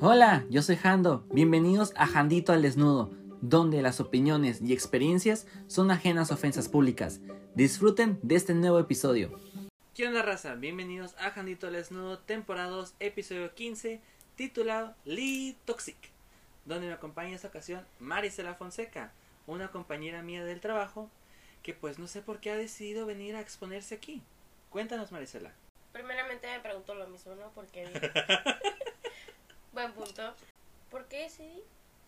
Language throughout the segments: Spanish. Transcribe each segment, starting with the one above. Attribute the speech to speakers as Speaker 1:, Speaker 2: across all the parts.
Speaker 1: Hola, yo soy Jando. Bienvenidos a Jandito al Desnudo, donde las opiniones y experiencias son ajenas a ofensas públicas. Disfruten de este nuevo episodio. ¿Qué onda, raza? Bienvenidos a Jandito al Desnudo, temporada 2, episodio 15, titulado Lee Toxic, donde me acompaña en esta ocasión Marisela Fonseca, una compañera mía del trabajo que, pues, no sé por qué ha decidido venir a exponerse aquí. Cuéntanos, Marisela.
Speaker 2: Primeramente me pregunto lo mismo, ¿no? ¿Por qué? Buen punto. ¿Por qué decidí?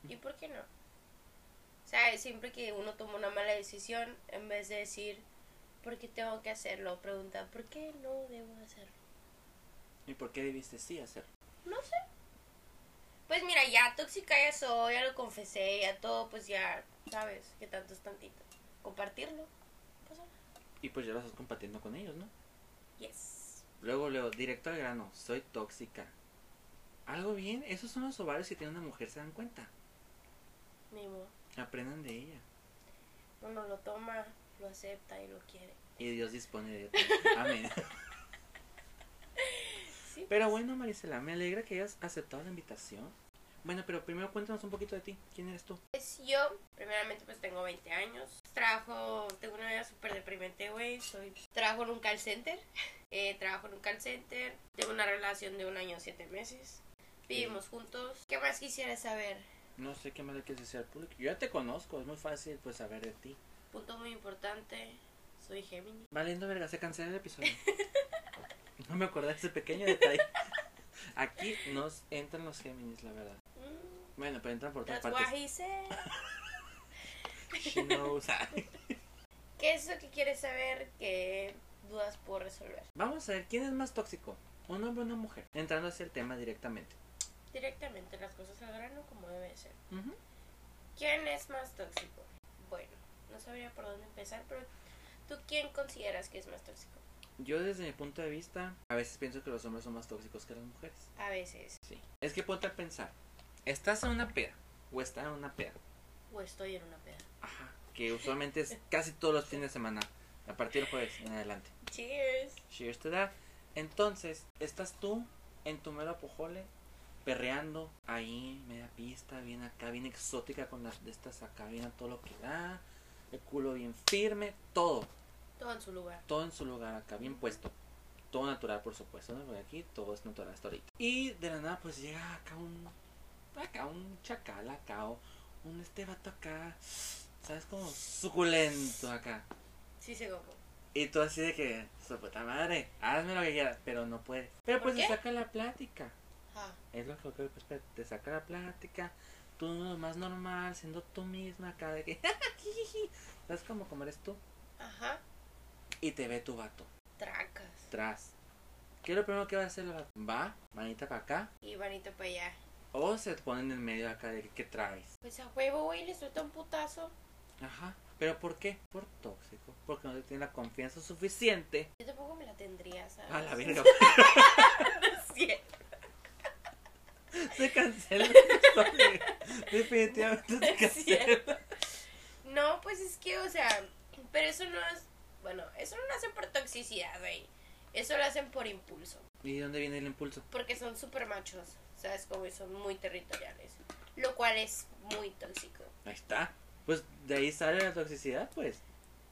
Speaker 2: ¿Y por qué no? O sea, siempre que uno toma una mala decisión, en vez de decir, ¿por qué tengo que hacerlo? Pregunta, ¿por qué no debo hacerlo?
Speaker 1: ¿Y por qué debiste sí hacer?
Speaker 2: No sé. Pues mira, ya tóxica ya soy, ya lo confesé, ya todo, pues ya, ¿sabes? Que tanto es tantito. Compartirlo. Pues, ah,
Speaker 1: Y pues ya lo estás compartiendo con ellos, ¿no?
Speaker 2: yes.
Speaker 1: Luego, luego, directo al grano, soy tóxica. Algo bien, esos son los ovarios que tiene una mujer, se dan cuenta.
Speaker 2: Mimo.
Speaker 1: Aprendan de ella.
Speaker 2: Uno lo toma, lo acepta y lo quiere.
Speaker 1: Y Dios dispone de ti. Amén.
Speaker 2: Sí.
Speaker 1: Pero bueno, Marisela, me alegra que hayas aceptado la invitación. Bueno, pero primero cuéntanos un poquito de ti. ¿Quién eres tú?
Speaker 2: Pues yo, primeramente, pues tengo 20 años. Trabajo, tengo una vida súper deprimente, güey. Soy, trabajo en un call center. Eh, trabajo en un call center. Tengo una relación de un año, siete meses. Vivimos juntos. ¿Qué más quisiera saber?
Speaker 1: No sé qué más le quieres decir al público. Yo ya te conozco, es muy fácil pues saber de ti.
Speaker 2: Punto muy importante. Soy Géminis.
Speaker 1: Valiendo verga, se cancela el episodio. No me acordé de ese pequeño detalle. Aquí nos entran los Géminis, la verdad.
Speaker 2: Mm,
Speaker 1: Bueno, pero entran por todas
Speaker 2: that's
Speaker 1: partes.
Speaker 2: what he said.
Speaker 1: She knows.
Speaker 2: ¿Qué es lo que quieres saber? ¿Qué dudas puedo resolver?
Speaker 1: Vamos a ver, ¿quién es más tóxico? ¿Un hombre o una mujer? Entrando hacia el tema directamente.
Speaker 2: Directamente, las cosas al grano como debe de ser. ¿Quién es más tóxico? Bueno, no sabría por dónde empezar, pero ¿tú quién consideras que es más tóxico?
Speaker 1: Yo desde mi punto de vista, a veces pienso que los hombres son más tóxicos que las mujeres.
Speaker 2: A veces,
Speaker 1: Sí. Es que ponte a pensar, estás en una peda o está en una peda.
Speaker 2: o estoy en una peda.
Speaker 1: Ajá. Que usualmente es casi todos los fines de semana, a partir del jueves en adelante.
Speaker 2: Cheers.
Speaker 1: Cheers to that. Entonces, estás tú en tu mero pojole, perreando ahí, media pista, bien acá, bien exótica con las de estas acá, bien a todo lo que da, el culo bien firme, todo,
Speaker 2: Todo en su lugar.
Speaker 1: todo en su lugar acá, bien puesto. Todo natural, por supuesto, ¿no? Porque aquí todo es natural hasta ahorita. Y de la nada, pues llega acá un. Acá un chacal, acá, o un este vato acá, ¿sabes? Como suculento acá.
Speaker 2: Sí se como.
Speaker 1: Y tú así de que, su puta madre, hazme lo que quieras, pero no puedes. Pero
Speaker 2: ¿Por
Speaker 1: pues te
Speaker 2: qué?
Speaker 1: saca la plática.
Speaker 2: Ah,
Speaker 1: Es lo que creo que pues, te saca la plática. Tú lo más normal, siendo tú misma acá de que... ¿Sabes cómo como eres tú?
Speaker 2: ajá.
Speaker 1: Y te ve tu vato.
Speaker 2: Tracas.
Speaker 1: Atrás. ¿Qué es lo primero que va a hacer el vato? Va, manita para acá.
Speaker 2: Y vanito para allá.
Speaker 1: O se pone en el medio acá de que ¿qué traes.
Speaker 2: Pues a huevo, güey, le suelta un putazo.
Speaker 1: Ajá. ¿Pero por qué? Por tóxico. Porque no te tiene la confianza suficiente.
Speaker 2: Yo tampoco me la tendría, ¿sabes?
Speaker 1: A la verga.
Speaker 2: Sí.
Speaker 1: se cancela. el episodio. Definitivamente se
Speaker 2: Es
Speaker 1: cancela.
Speaker 2: cierto. No, pues es que, o sea, pero eso no es. Bueno, eso no lo hacen por toxicidad, güey. Eso lo hacen por impulso.
Speaker 1: ¿Y de dónde viene el impulso?
Speaker 2: Porque son súper machos, ¿sabes? Como y son muy territoriales. Lo cual es muy tóxico.
Speaker 1: Ahí está. Pues de ahí sale la toxicidad, pues.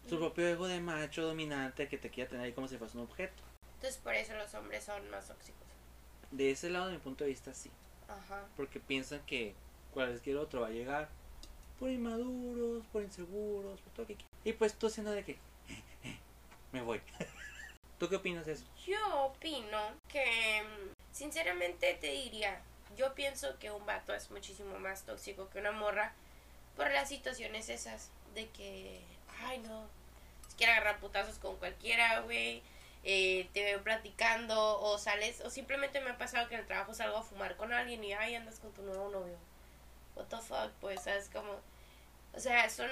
Speaker 1: Su propio ego de macho dominante que te quiere tener ahí como si fuese un objeto.
Speaker 2: Entonces por eso los hombres son más tóxicos.
Speaker 1: De ese lado, de mi punto de vista, sí.
Speaker 2: Ajá.
Speaker 1: Porque piensan que cualquier otro va a llegar por inmaduros, por inseguros, por todo lo que quieras. Y pues tú siendo de que me voy. ¿Tú qué opinas de eso?
Speaker 2: Yo opino que, mm, sinceramente te diría, yo pienso que un vato es muchísimo más tóxico que una morra por las situaciones esas de que, ay no, se quiere agarrar putazos con cualquiera, güey, eh, te veo platicando o sales, o simplemente me ha pasado que en el trabajo salgo a fumar con alguien y, ay, andas con tu nuevo novio. What the fuck, pues, sabes como, o sea, son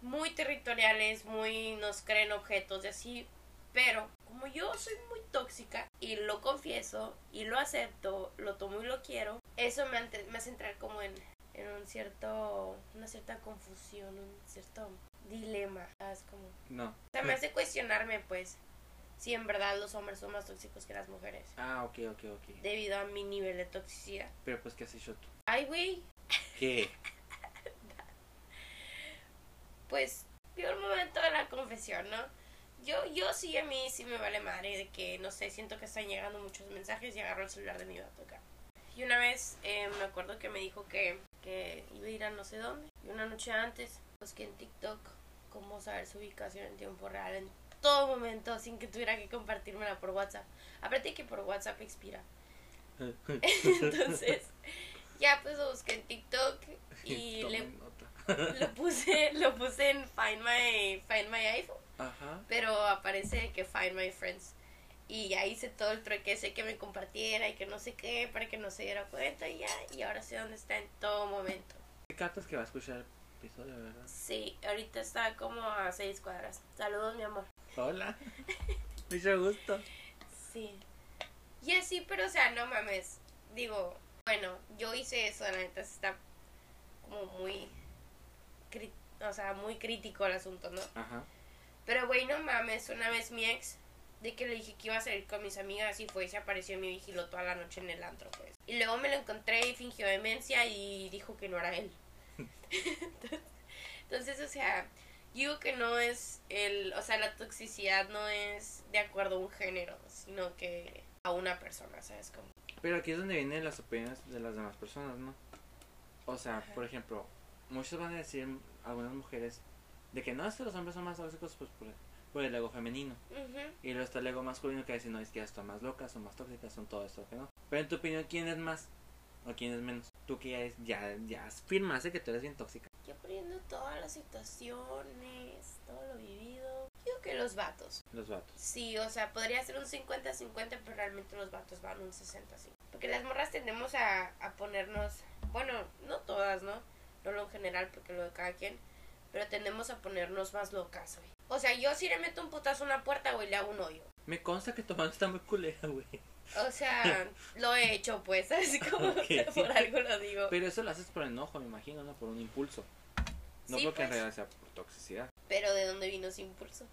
Speaker 2: muy territoriales, muy nos creen objetos y así, pero como yo soy muy tóxica y lo confieso y lo acepto, lo tomo y lo quiero, eso me, ante- me hace entrar como en, en un cierto, una cierta confusión, un cierto dilema, ¿sabes? Como, o
Speaker 1: No.
Speaker 2: sea, me hace cuestionarme pues si en verdad los hombres son más tóxicos que las mujeres.
Speaker 1: Ah, ok, ok, ok.
Speaker 2: Debido a mi nivel de toxicidad.
Speaker 1: Pero pues, ¿qué has hecho tú?
Speaker 2: Ay, güey,
Speaker 1: ¿Qué?
Speaker 2: pues vio el momento de la confesión, ¿no? Yo, yo sí, a mí sí me vale madre de que, no sé, siento que están llegando muchos mensajes y agarro el celular de mi vato acá. Y una vez eh, me acuerdo que me dijo que, que iba a ir a no sé dónde. Y una noche antes busqué en TikTok cómo saber su ubicación en tiempo real, en todo momento, sin que tuviera que compartírmela por WhatsApp. Aparte que por WhatsApp expira. Entonces, ya pues lo busqué en TikTok y
Speaker 1: Tomen
Speaker 2: le,
Speaker 1: nota.
Speaker 2: lo puse lo puse en Find My Find My iPhone,
Speaker 1: Ajá.
Speaker 2: pero aparece que Find My Friends y ya hice todo el trueque ese que me compartiera y que no sé qué para que no se diera cuenta y ya y ahora sé dónde está en todo momento.
Speaker 1: ¿Qué cartas que va a escuchar el episodio, verdad?
Speaker 2: Sí, ahorita está como a seis cuadras. Saludos, mi amor.
Speaker 1: Hola. Mucho gusto.
Speaker 2: Sí. Y así, pero o sea, no mames. Digo, bueno, yo hice eso, la neta sí está como muy cri- o sea, muy crítico el asunto, ¿no?
Speaker 1: Ajá.
Speaker 2: Pero güey, no mames, una vez mi ex, de que le dije que iba a salir con mis amigas y fue y se apareció y me vigiló toda la noche en el antro, pues. Y luego me lo encontré y fingió demencia y dijo que no era él. Entonces, o sea, digo que no es el, o sea, la toxicidad no es de acuerdo a un género, sino que a una persona, ¿sabes? Como,
Speaker 1: Pero aquí es donde vienen las opiniones de las demás personas, ¿no? O sea, por ejemplo, muchos van a decir, algunas mujeres, de que no, es que los hombres son más tóxicos pues, por, por el ego femenino.
Speaker 2: ujú.
Speaker 1: Y luego está el ego masculino que va a decir, no, es que ellas son más locas, son más tóxicas, son todo esto, que no. Pero en tu opinión, ¿quién es más o quién es menos? Tú que ya, es, ya, ya afirmaste que tú eres bien tóxica.
Speaker 2: Yo poniendo todas las situaciones, todo lo vivido. Digo que los vatos.
Speaker 1: Los vatos.
Speaker 2: Sí, o sea, podría ser un 50-50, pero realmente los vatos van un 65. Porque las morras tendemos a, a ponernos, bueno, no todas, ¿no? No lo en general, porque lo de cada quien, pero tendemos a ponernos más locas, güey. O sea, yo si le meto un putazo a una puerta, güey, le hago un hoyo.
Speaker 1: Me consta que tu mano está muy culera, güey.
Speaker 2: O sea, lo he hecho, pues, así como
Speaker 1: Ok.
Speaker 2: por algo lo digo.
Speaker 1: Pero eso lo haces por enojo, me imagino, ¿no? Por un impulso. No
Speaker 2: Sí,
Speaker 1: porque en
Speaker 2: pues.
Speaker 1: realidad sea por toxicidad.
Speaker 2: Pero ¿de dónde vino ese impulso?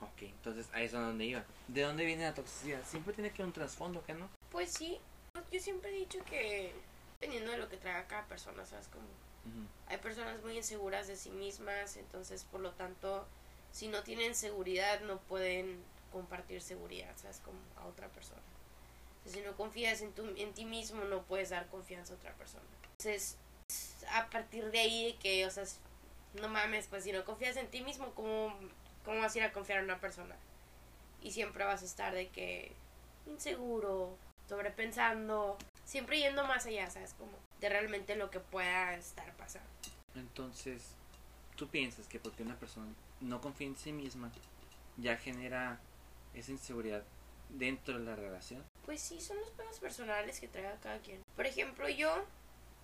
Speaker 1: Ok, entonces ahí es a donde iba. ¿De dónde viene la toxicidad? Siempre tiene que haber un trasfondo, ¿qué no?
Speaker 2: Pues sí, yo siempre he dicho que dependiendo de lo que traiga cada persona, ¿sabes? Como Hay personas muy inseguras de sí mismas, entonces por lo tanto, si no tienen seguridad no pueden compartir seguridad, ¿sabes? Como a otra persona. Entonces, si no confías en, tu- en ti mismo no puedes dar confianza a otra persona. Entonces, a partir de ahí de que, o sea, s- no mames, pues si no confías en ti mismo, ¿cómo, cómo vas a ir a confiar en una persona? Y siempre vas a estar de que inseguro, sobrepensando, siempre yendo más allá, ¿sabes? Como de realmente lo que pueda estar pasando.
Speaker 1: Entonces, ¿tú piensas que porque una persona no confía en sí misma, ya genera esa inseguridad dentro de la relación?
Speaker 2: Pues sí, son los pedos personales que traiga cada quien. Por ejemplo, yo,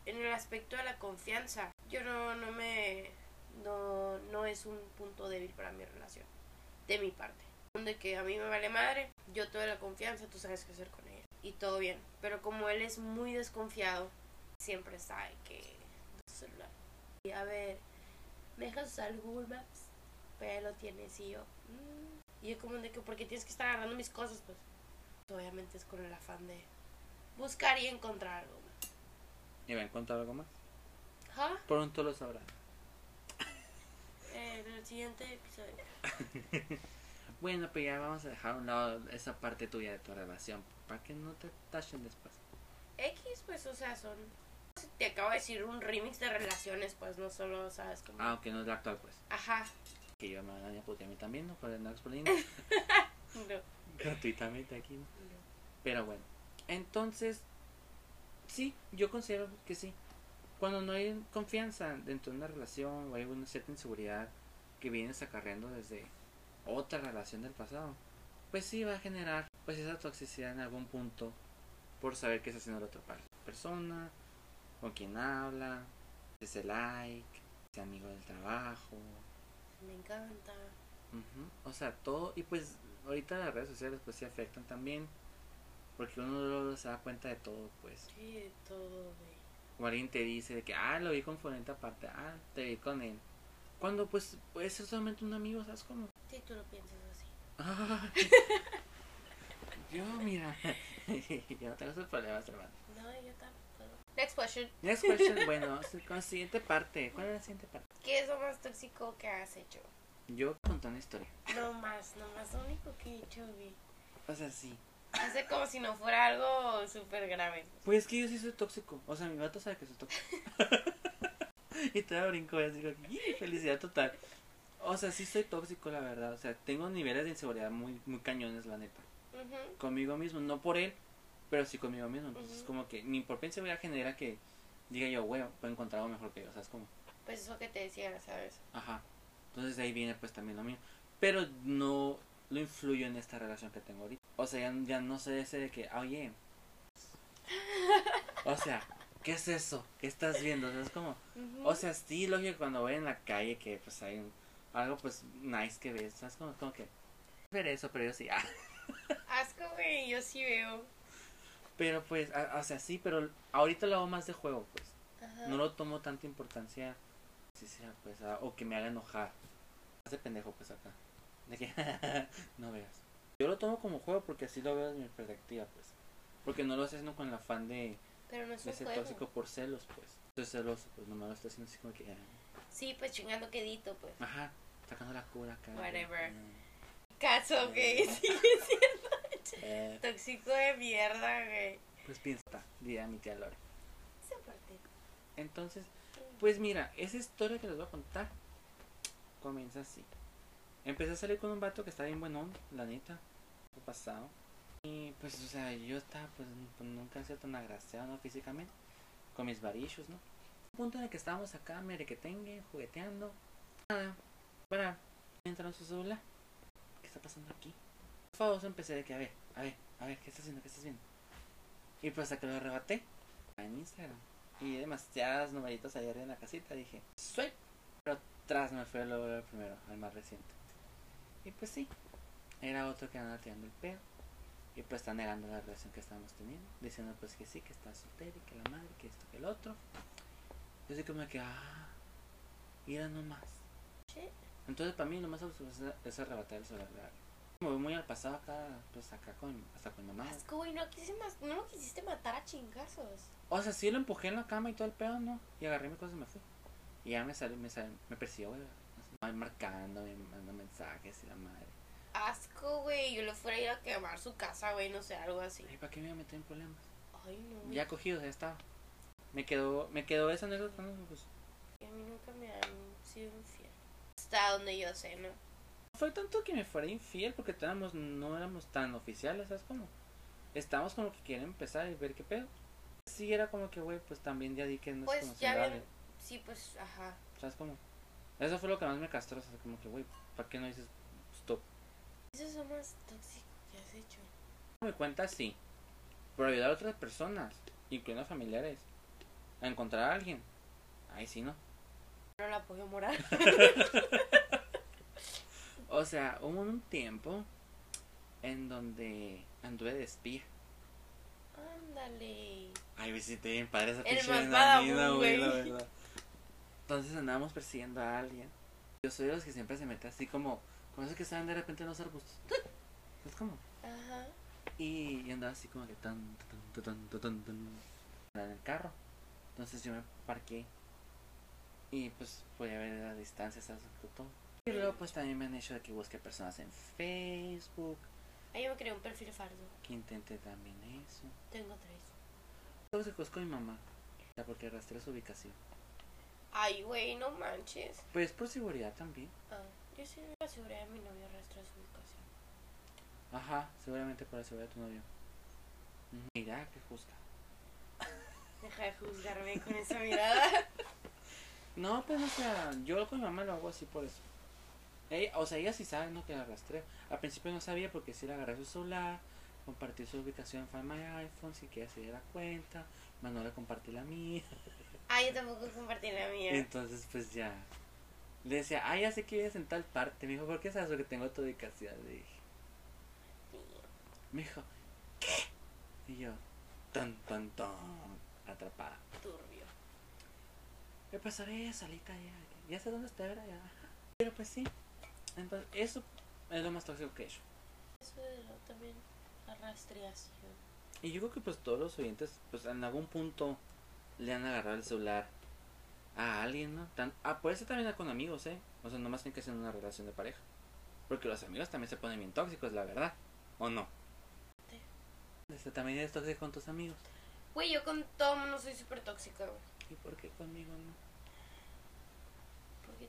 Speaker 2: en el aspecto de la confianza, yo no, no me. No, no es un punto débil para mi relación, de mi parte. Donde que a mí me vale madre, yo tuve la confianza, tú sabes qué hacer con ella. Y todo bien. Pero como él es muy desconfiado, siempre sabe que. tu celular. Y a ver, ¿me dejas usar Google Maps? Pero lo tienes y yo. mm. Y yo, como de que, porque tienes que estar agarrando mis cosas, pues obviamente es con el afán de buscar y encontrar algo más.
Speaker 1: ¿Y va a encontrar algo más?
Speaker 2: ¿Ja?
Speaker 1: Pronto lo sabrá.
Speaker 2: En el siguiente episodio.
Speaker 1: Bueno, pues ya vamos a dejar a un lado esa parte tuya de tu relación, para que no te tachen después.
Speaker 2: X, pues, o sea, son. Te acabo de decir un remix de relaciones, pues no solo, ¿sabes? Como...
Speaker 1: Ah, aunque no es la actual, pues.
Speaker 2: Ajá.
Speaker 1: Que yo me daña porque a mí también, ¿no? Por el Nax
Speaker 2: No.
Speaker 1: gratuitamente aquí, ¿no? Pero bueno, entonces, sí, yo considero que sí. Cuando no hay confianza dentro de una relación o hay una cierta inseguridad que vienes acarreando desde otra relación del pasado, pues sí va a generar pues esa toxicidad en algún punto por saber qué está haciendo la otra par- persona, con quién habla, ese like, ese amigo del trabajo,
Speaker 2: Me encanta.
Speaker 1: Ujú, O sea, todo, y pues ahorita las redes sociales pues sí afectan también, porque uno luego se da cuenta de todo, pues.
Speaker 2: Sí, de todo, güey.
Speaker 1: O alguien te dice de que, ah, lo vi con fulanita parte, ah, te vi con él. Cuando pues puede ser solamente un amigo, ¿sabes cómo?
Speaker 2: Si tú lo piensas así.
Speaker 1: Ay. Yo, mira. Yo no tengo esos problemas, hermano.
Speaker 2: No, yo tampoco. Next question.
Speaker 1: Next question. Bueno, con la siguiente parte. ¿Cuál es la siguiente parte?
Speaker 2: ¿Qué es lo más tóxico que has hecho?
Speaker 1: Yo conté una historia.
Speaker 2: No más, no más. Lo único que he hecho, güey.
Speaker 1: O sea, sí.
Speaker 2: Hace como si no fuera algo súper grave.
Speaker 1: Pues es que yo sí soy tóxico. O sea, mi vato sabe que soy tóxico. y te brinco y digo, "Yee, felicidad total. O sea, sí soy tóxico, la verdad. O sea, tengo niveles de inseguridad muy, muy cañones, la neta.
Speaker 2: Ujú.
Speaker 1: Conmigo mismo, no por él, pero sí conmigo mismo. Entonces,
Speaker 2: Ujú.
Speaker 1: como que mi propia inseguridad genera que diga yo, güey, puedo encontrar algo mejor que yo. O sea, es como,
Speaker 2: Pues eso que te decía, ¿sabes?
Speaker 1: ajá. Entonces, de ahí viene pues también lo mío. Pero no lo influyo en esta relación que tengo ahorita. O sea, ya, ya no sé ese de que, oye. O sea, ¿qué es eso? ¿Qué estás viendo? O sea, es como,
Speaker 2: Ujú.
Speaker 1: o sea, sí, lógico, cuando voy en la calle que pues hay un- algo pues nice que ves, ¿sabes? Como, como que ver eso, pero yo sí, ah.
Speaker 2: Asco, güey, yo sí veo.
Speaker 1: Pero pues, a- o sea, sí, pero ahorita lo hago más de juego, pues.
Speaker 2: Ajá.
Speaker 1: No lo tomo tanta importancia, si sea, pues, ah, o que me haga enojar. Hace pendejo, pues, acá. De que, no veas. Yo lo tomo como juego porque así lo veo desde mi perspectiva, pues. Porque no lo estoy haciendo con el afán de,
Speaker 2: Pero no es
Speaker 1: de
Speaker 2: un
Speaker 1: ser
Speaker 2: juego.
Speaker 1: tóxico por celos, pues. Soy celoso, pues, nomás lo estoy haciendo así como que, ah,
Speaker 2: Sí, pues chingando quedito, pues.
Speaker 1: ajá, sacando la cura acá.
Speaker 2: Whatever.
Speaker 1: Ah.
Speaker 2: Caso, güey, sigue siendo
Speaker 1: Eh,
Speaker 2: tóxico de mierda, güey.
Speaker 1: pues piensa, diría mi tía Lore.
Speaker 2: Esa parte.
Speaker 1: Entonces, pues mira, esa historia que les voy a contar comienza así. Empecé a salir con un vato que está bien buenón, la neta, lo pasado. Y pues, o sea, yo estaba, pues, n- pues, nunca he sido tan agraciado, ¿no? Físicamente, con mis varichos, ¿no? Un punto en el que estábamos acá, merequetengue, jugueteando. Nada, para entrar en su celular. ¿Qué está pasando aquí? Fadoso empecé de que, a ver, a ver, a ver, ¿qué estás haciendo? ¿Qué estás haciendo? Y pues hasta que lo arrebaté en Instagram. Y demasiadas numeritos ayer en la casita, dije, soy. Pero atrás me fue luego el primero, al más reciente. Y pues sí, era otro que andaba tirando el pedo. Y pues está negando la relación que estábamos teniendo, diciendo pues que sí, que está soltero y que la madre, que esto, que el otro. Yo así como que, ah, mira nomás.
Speaker 2: Sí.
Speaker 1: Entonces para mí nomás es- es arrebatar el celular. Me voy muy al pasado acá, pues acá con, hasta con mamá.
Speaker 2: Asco, güey, no, quise mas- no lo quisiste matar a chingazos.
Speaker 1: O sea, sí lo empujé en la cama y todo el pedo, ¿no? Y agarré mis cosas y me fui. Y ya me salió, me salió, me persiguió, güey. Ay, Marcando, me mandando mensajes y la madre.
Speaker 2: Asco, güey, yo le fuera a ir a quemar su casa, güey, no sé, algo así.
Speaker 1: Ay, ¿para qué me iba a meter en problemas?
Speaker 2: Ay, no.
Speaker 1: Ya cogido, ya estaba. Me quedó, me quedó esa anécdota, ¿no? Pues,
Speaker 2: A mí nunca me han sido infiel. Hasta donde yo sé, ¿no?
Speaker 1: no fue tanto que me fuera infiel porque éramos, no éramos tan oficiales, ¿sabes cómo? Estábamos como que quieren empezar y ver qué pedo. Sí, era como que, güey, pues también ya di que no es
Speaker 2: Pues
Speaker 1: como eh.
Speaker 2: ya
Speaker 1: saludable,
Speaker 2: habían. Sí, pues, ajá.
Speaker 1: ¿Sabes cómo? Eso fue lo que más me castró, o sea, como que, güey, ¿para qué no dices "Pues, stop?
Speaker 2: Eso es lo más tóxico que has hecho.
Speaker 1: me cuenta sí, pero ayudar a otras personas, incluyendo familiares, a encontrar a alguien, ahí sí no.
Speaker 2: No la puedo morar.
Speaker 1: O sea, hubo un tiempo en donde anduve de espía.
Speaker 2: Ándale.
Speaker 1: Ay, visité bien padre esa
Speaker 2: El
Speaker 1: pinche
Speaker 2: más
Speaker 1: avenida,
Speaker 2: vagabundo,
Speaker 1: güey, la
Speaker 2: güey.
Speaker 1: verdad. Entonces andábamos persiguiendo a alguien. Yo soy de los que siempre se mete así como, como esos que salen de repente en los arbustos. Es como,
Speaker 2: Ajá.
Speaker 1: Y, y andaba así como que tan, tan, tan, tan, tan, tan. Andaba en el carro. Entonces yo me parqué. Y pues podía ver las distancias, ¿sabes? todo. Y luego pues también me han hecho de que busque personas en Facebook.
Speaker 2: Ahí yo me creé un perfil falso.
Speaker 1: Que intenté también eso.
Speaker 2: Tengo tres.
Speaker 1: Todo se cosco mi mamá. Ya porque arrastré su ubicación.
Speaker 2: Ay, güey, no manches.
Speaker 1: Pues por seguridad también.
Speaker 2: Ah, yo sí me aseguré a mi novio arrastra su ubicación.
Speaker 1: Ajá, seguramente por la seguridad de tu novio. Ujú. Mira que juzga.
Speaker 2: Deja de juzgarme con esa mirada.
Speaker 1: No, pues, o sea, yo con mi mamá lo hago así por eso. Ella, o sea, ella sí sabe, ¿no? Que la rastreo. Al principio no sabía porque sí le agarré su celular, compartí su ubicación en My iPhone, si quiera se diera cuenta, más no le compartí la mía.
Speaker 2: Ay, yo tampoco compartí la mía.
Speaker 1: Entonces, pues ya. Le decía, ah, ya sé que vives en tal parte. Me dijo, ¿por qué sabes que tengo tu ubicación? Le dije. Me dijo, ¿qué? Y yo, tan, tan, tan, atrapada.
Speaker 2: Turbio.
Speaker 1: Me pasó ella solita ya. Ya sé dónde está, ¿verdad? Ya. Pero pues sí. Entonces, eso es lo más tóxico que he hecho.
Speaker 2: eso de lo, también la rastreación.
Speaker 1: Y yo creo que pues todos los oyentes, pues en algún punto le han agarrado el celular a alguien, ¿no? Tan, ah, puede ser también con amigos, ¿eh? O sea, nomás tiene que ser una relación de pareja. Porque los amigos también se ponen bien tóxicos, la verdad. ¿O no?
Speaker 2: Sí.
Speaker 1: Este, También eres tóxico con tus amigos.
Speaker 2: Güey, yo con todo mundo soy súper tóxica, güey.
Speaker 1: ¿Y por qué conmigo no?
Speaker 2: Porque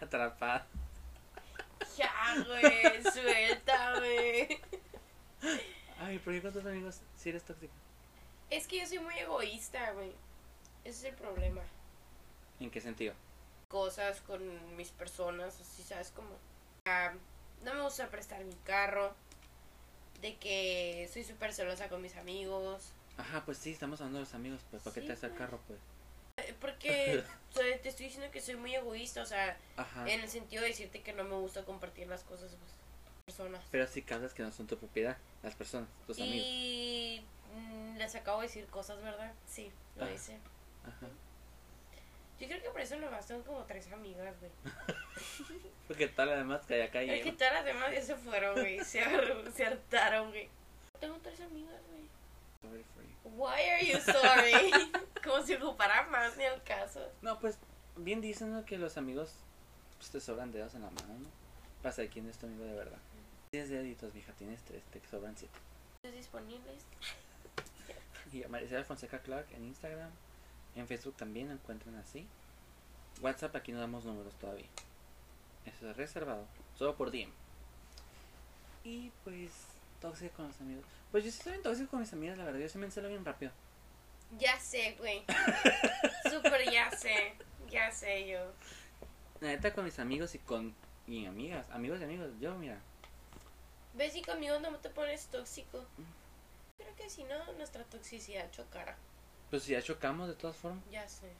Speaker 1: Atrapada.
Speaker 2: ya, güey, suéltame.
Speaker 1: Ay, ¿por qué con tus amigos si eres tóxico?
Speaker 2: Es que yo soy muy egoísta, güey. Ese es el problema.
Speaker 1: ¿En qué sentido?
Speaker 2: Cosas con mis personas, así, ¿sabes? Como. ah, no me gusta prestar mi carro. De que soy súper celosa con mis amigos.
Speaker 1: Ajá, pues sí, estamos hablando de los amigos, pues ¿para qué
Speaker 2: Sí,
Speaker 1: te hace el
Speaker 2: güey.
Speaker 1: carro, pues?
Speaker 2: Eh, Porque soy- te estoy diciendo que soy muy egoísta, o sea,
Speaker 1: Ajá.
Speaker 2: en el sentido de decirte que no me gusta compartir las cosas pues, con personas.
Speaker 1: Pero sí causas que no son tu propiedad, las personas, tus amigos.
Speaker 2: Y mm, les acabo de decir cosas, ¿verdad? Sí, lo
Speaker 1: Ah.
Speaker 2: hice.
Speaker 1: Ajá.
Speaker 2: Yo creo que por eso nomás tengo como tres amigas, güey.
Speaker 1: Porque tal además que acá
Speaker 2: Es que
Speaker 1: y
Speaker 2: todas las demás ya se fueron, güey. Se, ar- se hartaron, güey. Tengo tres amigas, güey. Why are you sorry? como si ocupara más ni al caso.
Speaker 1: No, pues bien dicen ¿no? que los amigos pues, te sobran dedos en la mano, ¿no? Para saber quién es tu amigo de verdad. Tienes deditos, mija, tienes tres, te sobran siete.
Speaker 2: ¿Estás disponibles?
Speaker 1: Y a Marisela Fonseca Clark en Instagram, en Facebook también la encuentran así. WhatsApp aquí no damos números todavía. Eso es reservado, solo por DM. Y pues, tóxico con los amigos. Pues yo sí soy bien tóxico con mis amigas, la verdad, yo sí me encelo bien rápido.
Speaker 2: Ya sé, güey. Súper ya sé. Ya sé yo.
Speaker 1: La neta con mis amigos y con y amigas, amigos y amigos, yo mira,
Speaker 2: ¿Ves si conmigo no te pones tóxico? Creo que si no, nuestra toxicidad chocara.
Speaker 1: pues ya chocamos de todas formas.
Speaker 2: Ya sé.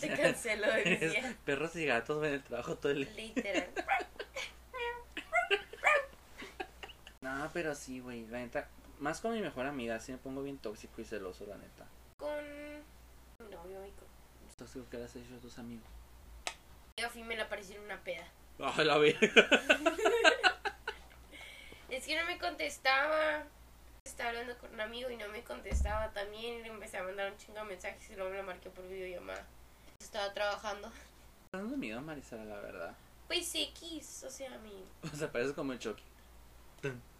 Speaker 2: Te cancelo el día.
Speaker 1: Perros y gatos ven el trabajo todo el día.
Speaker 2: Literal.
Speaker 1: No, pero sí, güey, la neta, más con mi mejor amiga, sí me pongo bien tóxico y celoso, la neta.
Speaker 2: Con. No, yo, con...
Speaker 1: Tóxico que le has hecho a tus amigos.
Speaker 2: yo fui y me la aparecí en una peda.
Speaker 1: Ah, la verga.
Speaker 2: Es que no me contestaba. Estaba hablando con un amigo y no me contestaba también. Y le empecé a mandar un chingo de mensajes y luego me lo marqué por videollamada. Estaba trabajando.
Speaker 1: Dando miedo, Marisela, la verdad.
Speaker 2: Pues X, o sea, mi.
Speaker 1: O sea, parece como el Chucky.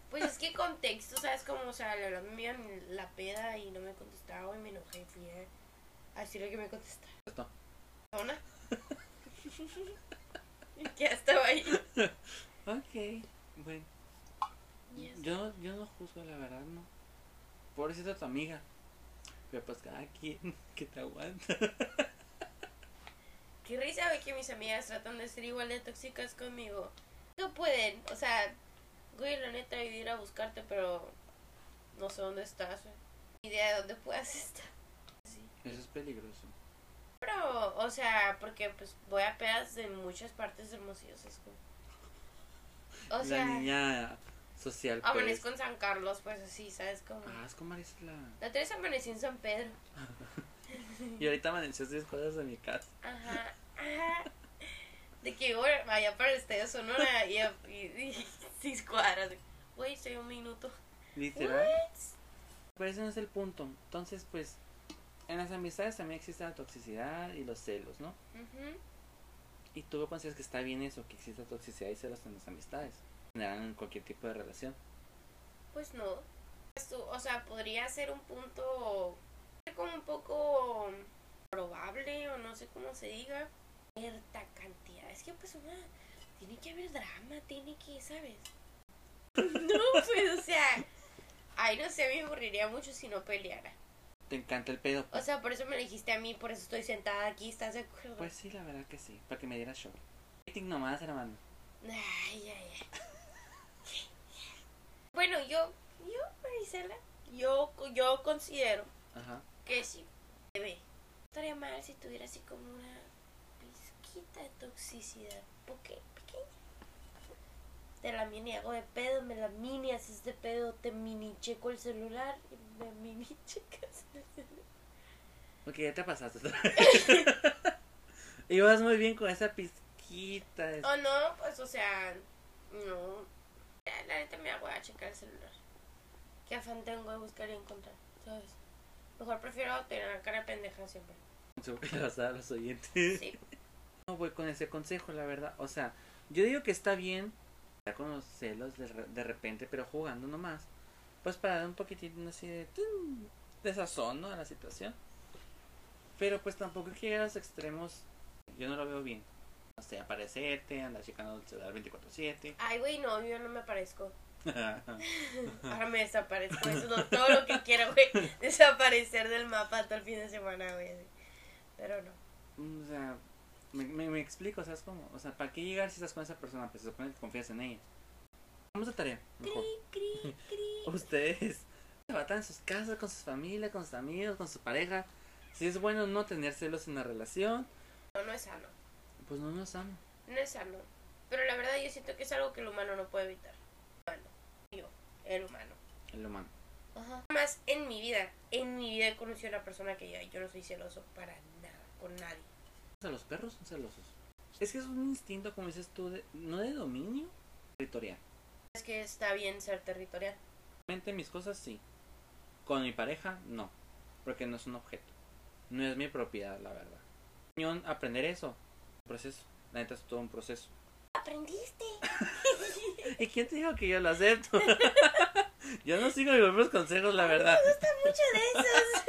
Speaker 2: Pues es que contexto, ¿sabes? Como, o sea, la verdad me iba en la peda y no me contestaba y me enojé y fui a a decirle que me contestara.
Speaker 1: Esto.
Speaker 2: ¿Una? que estaba ahí.
Speaker 1: Ok, bueno. Yo, yo no juzgo, la verdad, no. Pobrecita tu amiga. Pero pues cada quien que te aguanta.
Speaker 2: Qué risa ve que mis amigas tratan de ser igual de tóxicas conmigo. No pueden, o sea, güey, la neta, yo ir a buscarte, pero no sé dónde estás, güey. Ni idea de dónde puedas estar.
Speaker 1: Eso es peligroso.
Speaker 2: Pero, o sea, porque pues voy a pedas de muchas partes de Hermosillo, o sea, es como- O sea, ah,
Speaker 1: la niña social. pues.
Speaker 2: amanezco en San Carlos, pues así, ¿sabes? Como...
Speaker 1: Ah, es con Marisela.
Speaker 2: La tres amanecí en San Pedro.
Speaker 1: Y ahorita amaneció a seis cuadras de mi casa.
Speaker 2: Ajá, ajá. De que voy allá para el Estadio Sonora y, a- y- y seis cuadras. Güey, estoy un minuto.
Speaker 1: Literal. Pero ese no es el punto. Entonces, pues, en las amistades también existe la toxicidad y los celos, ¿no?
Speaker 2: Ujú.
Speaker 1: ¿Y tú qué piensas que está bien eso, que exista toxicidad y celos en las amistades? En general, en cualquier tipo de relación.
Speaker 2: Pues no. Pues tú, o sea, podría ser un punto como un poco probable o no sé cómo se diga. Cierta cantidad. Es que pues una... Tiene que haber drama, tiene que, ¿sabes? No, pues, o sea... Ay, no sé, a mí me aburriría mucho si no peleara.
Speaker 1: Te encanta el pedo.
Speaker 2: O sea, por eso me elegiste a mí, por eso estoy sentada aquí, ¿estás de acuerdo?
Speaker 1: Pues sí, la verdad que sí. Para que me diera shock. Dating nomás, hermano.
Speaker 2: Ay, ay, ay. Bueno, yo, yo, Marisela, yo, yo considero
Speaker 1: Ajá.
Speaker 2: que sí, bebé. Estaría mal si tuviera así como una pizquita de toxicidad, poque, pequeña. Te la mini hago de pedo, me la mini haces de pedo, te mini checo el celular y me mini checas el celular.
Speaker 1: Ok, ya te pasaste. Ibas muy bien con esa pizquita hojita. es-
Speaker 2: O no, pues, o sea, no. La, la neta me voy a checar el celular. Qué afán tengo de buscar y encontrar, ¿sabes? Mejor prefiero tener la cara de pendeja siempre.
Speaker 1: Se voy a pasar a los oyentes.
Speaker 2: Sí.
Speaker 1: No voy con ese consejo, la verdad. O sea, yo digo que está bien estar con los celos de, re- de repente, pero jugando nomás. Pues para dar un poquitín así de, tin, de sazón, ¿no? A la situación. Pero pues tampoco hay que llegar a los extremos. Yo no lo veo bien. O sea, aparecerte, andar checando el celular 24-7.
Speaker 2: Ay, güey, no, yo no me aparezco. Ahora me desaparezco. Eso es lo- todo lo que quiero, güey. Desaparecer del mapa todo el fin de semana, güey. así. Pero no.
Speaker 1: Mm, o sea, me, me, me explico, ¿sabes cómo? O sea, ¿para qué llegar si estás con esa persona? Pues se supone que confías en ella. Vamos a tarea. Mejor.
Speaker 2: Cri, cri, cri.
Speaker 1: Ustedes se batan en sus casas, con sus familias, con sus amigos, con su pareja. Si es bueno no tener celos en la relación,
Speaker 2: No, no es sano.
Speaker 1: pues no nos aman.
Speaker 2: No es sano. Pero la verdad yo siento que es algo que el humano no puede evitar. Humano. Yo, el humano.
Speaker 1: El humano.
Speaker 2: Ajá. Más en mi vida, en mi vida he conocido a una persona que yo, yo no soy celoso para nada, con nadie.
Speaker 1: A los perros son celosos. Es que es un instinto, como dices tú, de- no de dominio, territorial.
Speaker 2: Es que está bien ser territorial.
Speaker 1: Realmente mis cosas sí. Con mi pareja, no. Porque no es un objeto. No es mi propiedad, la verdad. Cañón, Aprender eso. Un proceso. La neta es todo un proceso.
Speaker 2: ¿Aprendiste?
Speaker 1: ¿Y quién te dijo que yo lo acepto? yo no sigo mis propios consejos, la verdad.
Speaker 2: Mucho de esos.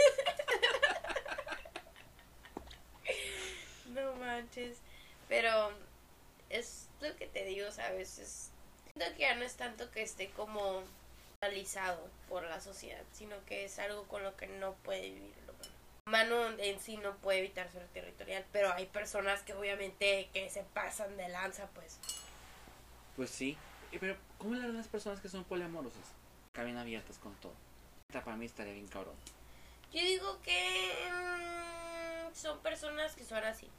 Speaker 2: no manches. Pero es lo que te digo, ¿sabes? Es, siento que ya no es tanto que esté como realizado por la sociedad, sino que es algo con lo que no puede vivir el humano. Mano en sí no puede evitar ser territorial, pero hay personas que obviamente que se pasan de lanza, pues.
Speaker 1: Pues sí. Eh, Pero, ¿cómo le harán las personas que son poliamorosas? Caben abiertas con todo. Neta, Para mí estaría bien cabrón.
Speaker 2: Yo digo que mm, son personas que son así.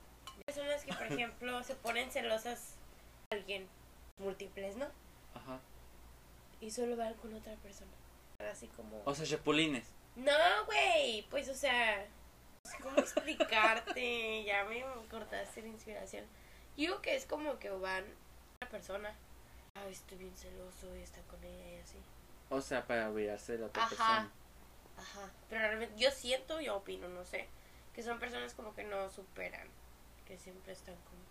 Speaker 2: Personas que, por ejemplo, se ponen celosas a alguien múltiples, ¿no?
Speaker 1: Ajá.
Speaker 2: Y solo van con otra persona. Así como...
Speaker 1: O sea, chapulines.
Speaker 2: No, güey. Pues, o sea... no sé ¿Cómo explicarte? ya me cortaste la inspiración. Yo digo que es como que van a una persona. Ay, estoy bien celoso y está con ella y así.
Speaker 1: O sea, para olvidarse de la otra
Speaker 2: Ajá.
Speaker 1: persona.
Speaker 2: Ajá. Pero realmente yo siento, yo opino, no sé, que son personas como que no superan, que siempre están como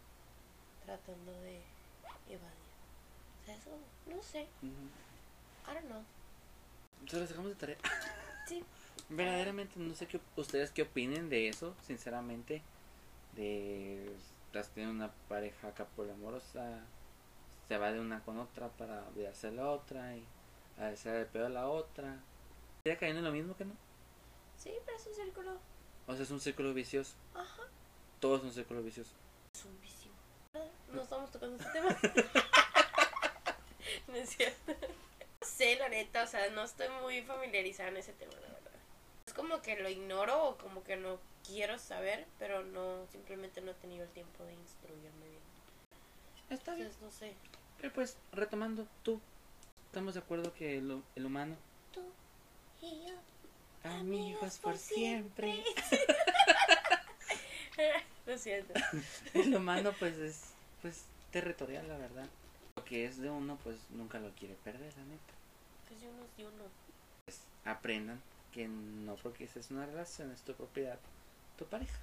Speaker 2: tratando de evadir. O sea, eso, no sé,
Speaker 1: Ujú.
Speaker 2: I don't know.
Speaker 1: Se los dejamos de tarea.
Speaker 2: Sí.
Speaker 1: Verdaderamente no sé qué ustedes qué opinen de eso, sinceramente. De las tiene una pareja acá poliamorosa, se va de una con otra para olvidarse de la otra y hacer el pedo a la otra. ¿Estaría cayendo en lo mismo que no?
Speaker 2: Sí, pero es un círculo.
Speaker 1: O sea, es un círculo vicioso.
Speaker 2: Ajá.
Speaker 1: Todo es un círculo vicioso.
Speaker 2: Es un vicio. ¿verdad? No estamos tocando este tema. no es cierto. No sé, la neta, o sea, no estoy muy familiarizada en ese tema, la verdad. Es como que lo ignoro o como que no quiero saber, pero no, simplemente no he tenido el tiempo de instruirme bien.
Speaker 1: Está bien.
Speaker 2: Entonces, no sé.
Speaker 1: Pero pues, retomando, tú. Estamos de acuerdo que el, hu- el humano. "Ah,
Speaker 2: Tú y yo.
Speaker 1: Amigos por siempre.
Speaker 2: Lo siento.
Speaker 1: El humano, pues, es pues territorial, la verdad. Lo que es de uno, pues, nunca lo quiere perder, la neta.
Speaker 2: Pues yo no, yo no.
Speaker 1: Pues, aprendan que no porque esa es una relación, es tu propiedad, tu pareja.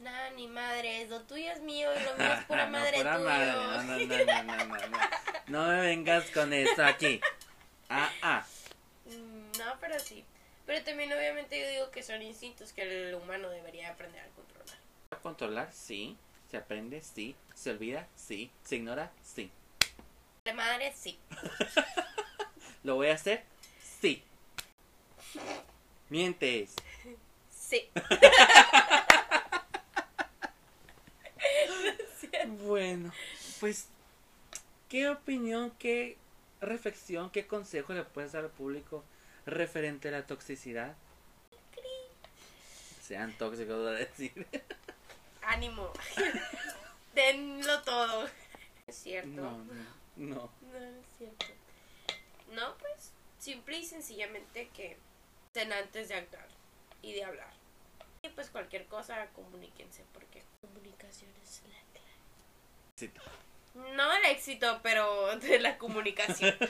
Speaker 2: Nah, ni madres. Lo tuyo es mío y lo mío es pura
Speaker 1: Ah, No,
Speaker 2: madre
Speaker 1: pura
Speaker 2: tuyo.
Speaker 1: madre, No, no, no, no, no, no. No me vengas con eso aquí. Ah, ah.
Speaker 2: Mm, No, pero sí. Pero también obviamente yo digo que son instintos que el humano debería aprender a controlar.
Speaker 1: A controlar, sí. Se aprende, sí. Se olvida, sí. Se ignora, sí.
Speaker 2: De madre, sí.
Speaker 1: ¿Lo voy a hacer? Sí. Mientes.
Speaker 2: Sí.
Speaker 1: Bueno, pues, ¿qué opinión, qué reflexión, qué consejo le puedes dar al público referente a la toxicidad? Sean tóxicos, voy a decir.
Speaker 2: Ánimo. Denlo todo. Es cierto.
Speaker 1: No, no, no.
Speaker 2: No, no es cierto. No, pues, simple y sencillamente que estén antes de actuar y de hablar. Y pues cualquier cosa, comuníquense porque comunicación es la clave.
Speaker 1: éxito.
Speaker 2: No el éxito, pero de la comunicación.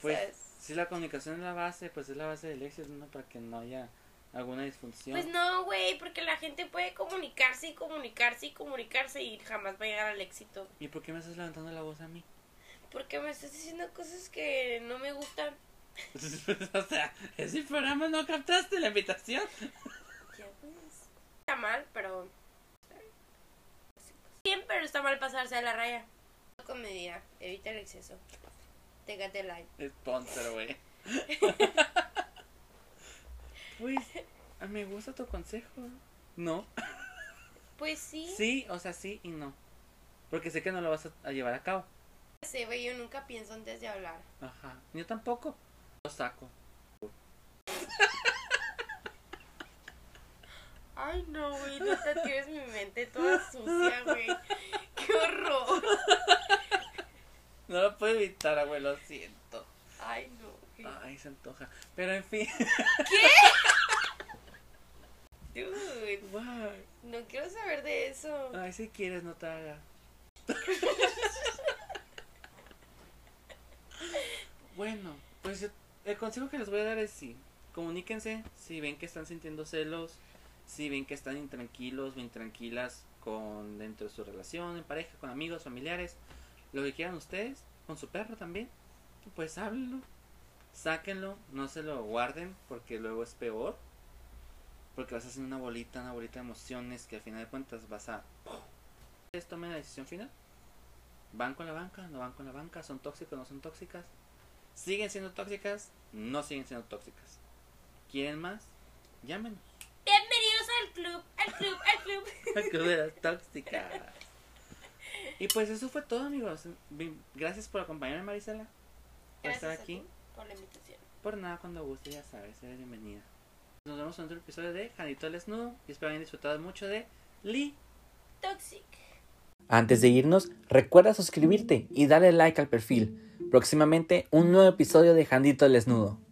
Speaker 1: Pues,
Speaker 2: ¿Sabes?
Speaker 1: Si la comunicación es la base, pues es la base del éxito, ¿no? Para que no haya alguna disfunción.
Speaker 2: Pues no, güey, porque la gente puede comunicarse y comunicarse y comunicarse y jamás va a llegar al éxito.
Speaker 1: ¿Y por qué me estás levantando la voz a mí?
Speaker 2: Porque me estás diciendo cosas que no me gustan.
Speaker 1: o sea, ese programa no captaste la invitación.
Speaker 2: Ya, pues, Está mal, pero. Bien, pero está mal pasarse de la raya. Con medida, evita el exceso. Téngate like.
Speaker 1: Sponsor, güey. Pues, ah, me gusta tu consejo. No.
Speaker 2: Pues sí.
Speaker 1: Sí, o sea, sí y no. Porque sé que no lo vas a, a llevar a cabo.
Speaker 2: ya sé, güey, yo nunca pienso antes de hablar.
Speaker 1: Ajá. Yo tampoco. Lo saco.
Speaker 2: Ay, no, güey, no te tienes mi mente toda sucia, güey. Qué horror.
Speaker 1: No lo puedo evitar, güey, lo siento.
Speaker 2: Ay, no, güey.
Speaker 1: Ay, se antoja. Pero en fin.
Speaker 2: Dude,
Speaker 1: Guau.
Speaker 2: no quiero saber de eso.
Speaker 1: Ay, si quieres, no te hagas. bueno, pues yo- el consejo que les voy a dar es sí. Comuníquense si ven que están sintiendo celos, si ven que están intranquilos o intranquilas con dentro de su relación, en pareja, con amigos, familiares, lo que quieran ustedes, con su perro también, pues háblenlo, sáquenlo, no se lo guarden porque luego es peor, porque vas haciendo una bolita, una bolita de emociones que al final de cuentas vas a ustedes tomen la decisión final. ¿Van con la banca? ¿No van con la banca? ¿Son tóxicos? ¿No son tóxicas? ¿Siguen siendo tóxicas? ¿No siguen siendo tóxicas? ¿Quieren más? Llámenos.
Speaker 2: Bienvenidos al club, al club, al club.
Speaker 1: al Club de las tóxicas. Y pues eso fue todo, amigos. Vi- Gracias por acompañarme, Marisela. Por
Speaker 2: Gracias
Speaker 1: estar
Speaker 2: a
Speaker 1: aquí.
Speaker 2: ti por la invitación.
Speaker 1: Por nada, cuando guste, ya sabes, eres bienvenida. Nos vemos en otro episodio de Janito al Desnudo. Y espero hayan disfrutado mucho de Lee.
Speaker 2: Toxic.
Speaker 1: Antes de irnos, recuerda suscribirte y darle like al perfil. Próximamente un nuevo episodio de Jandito el Desnudo.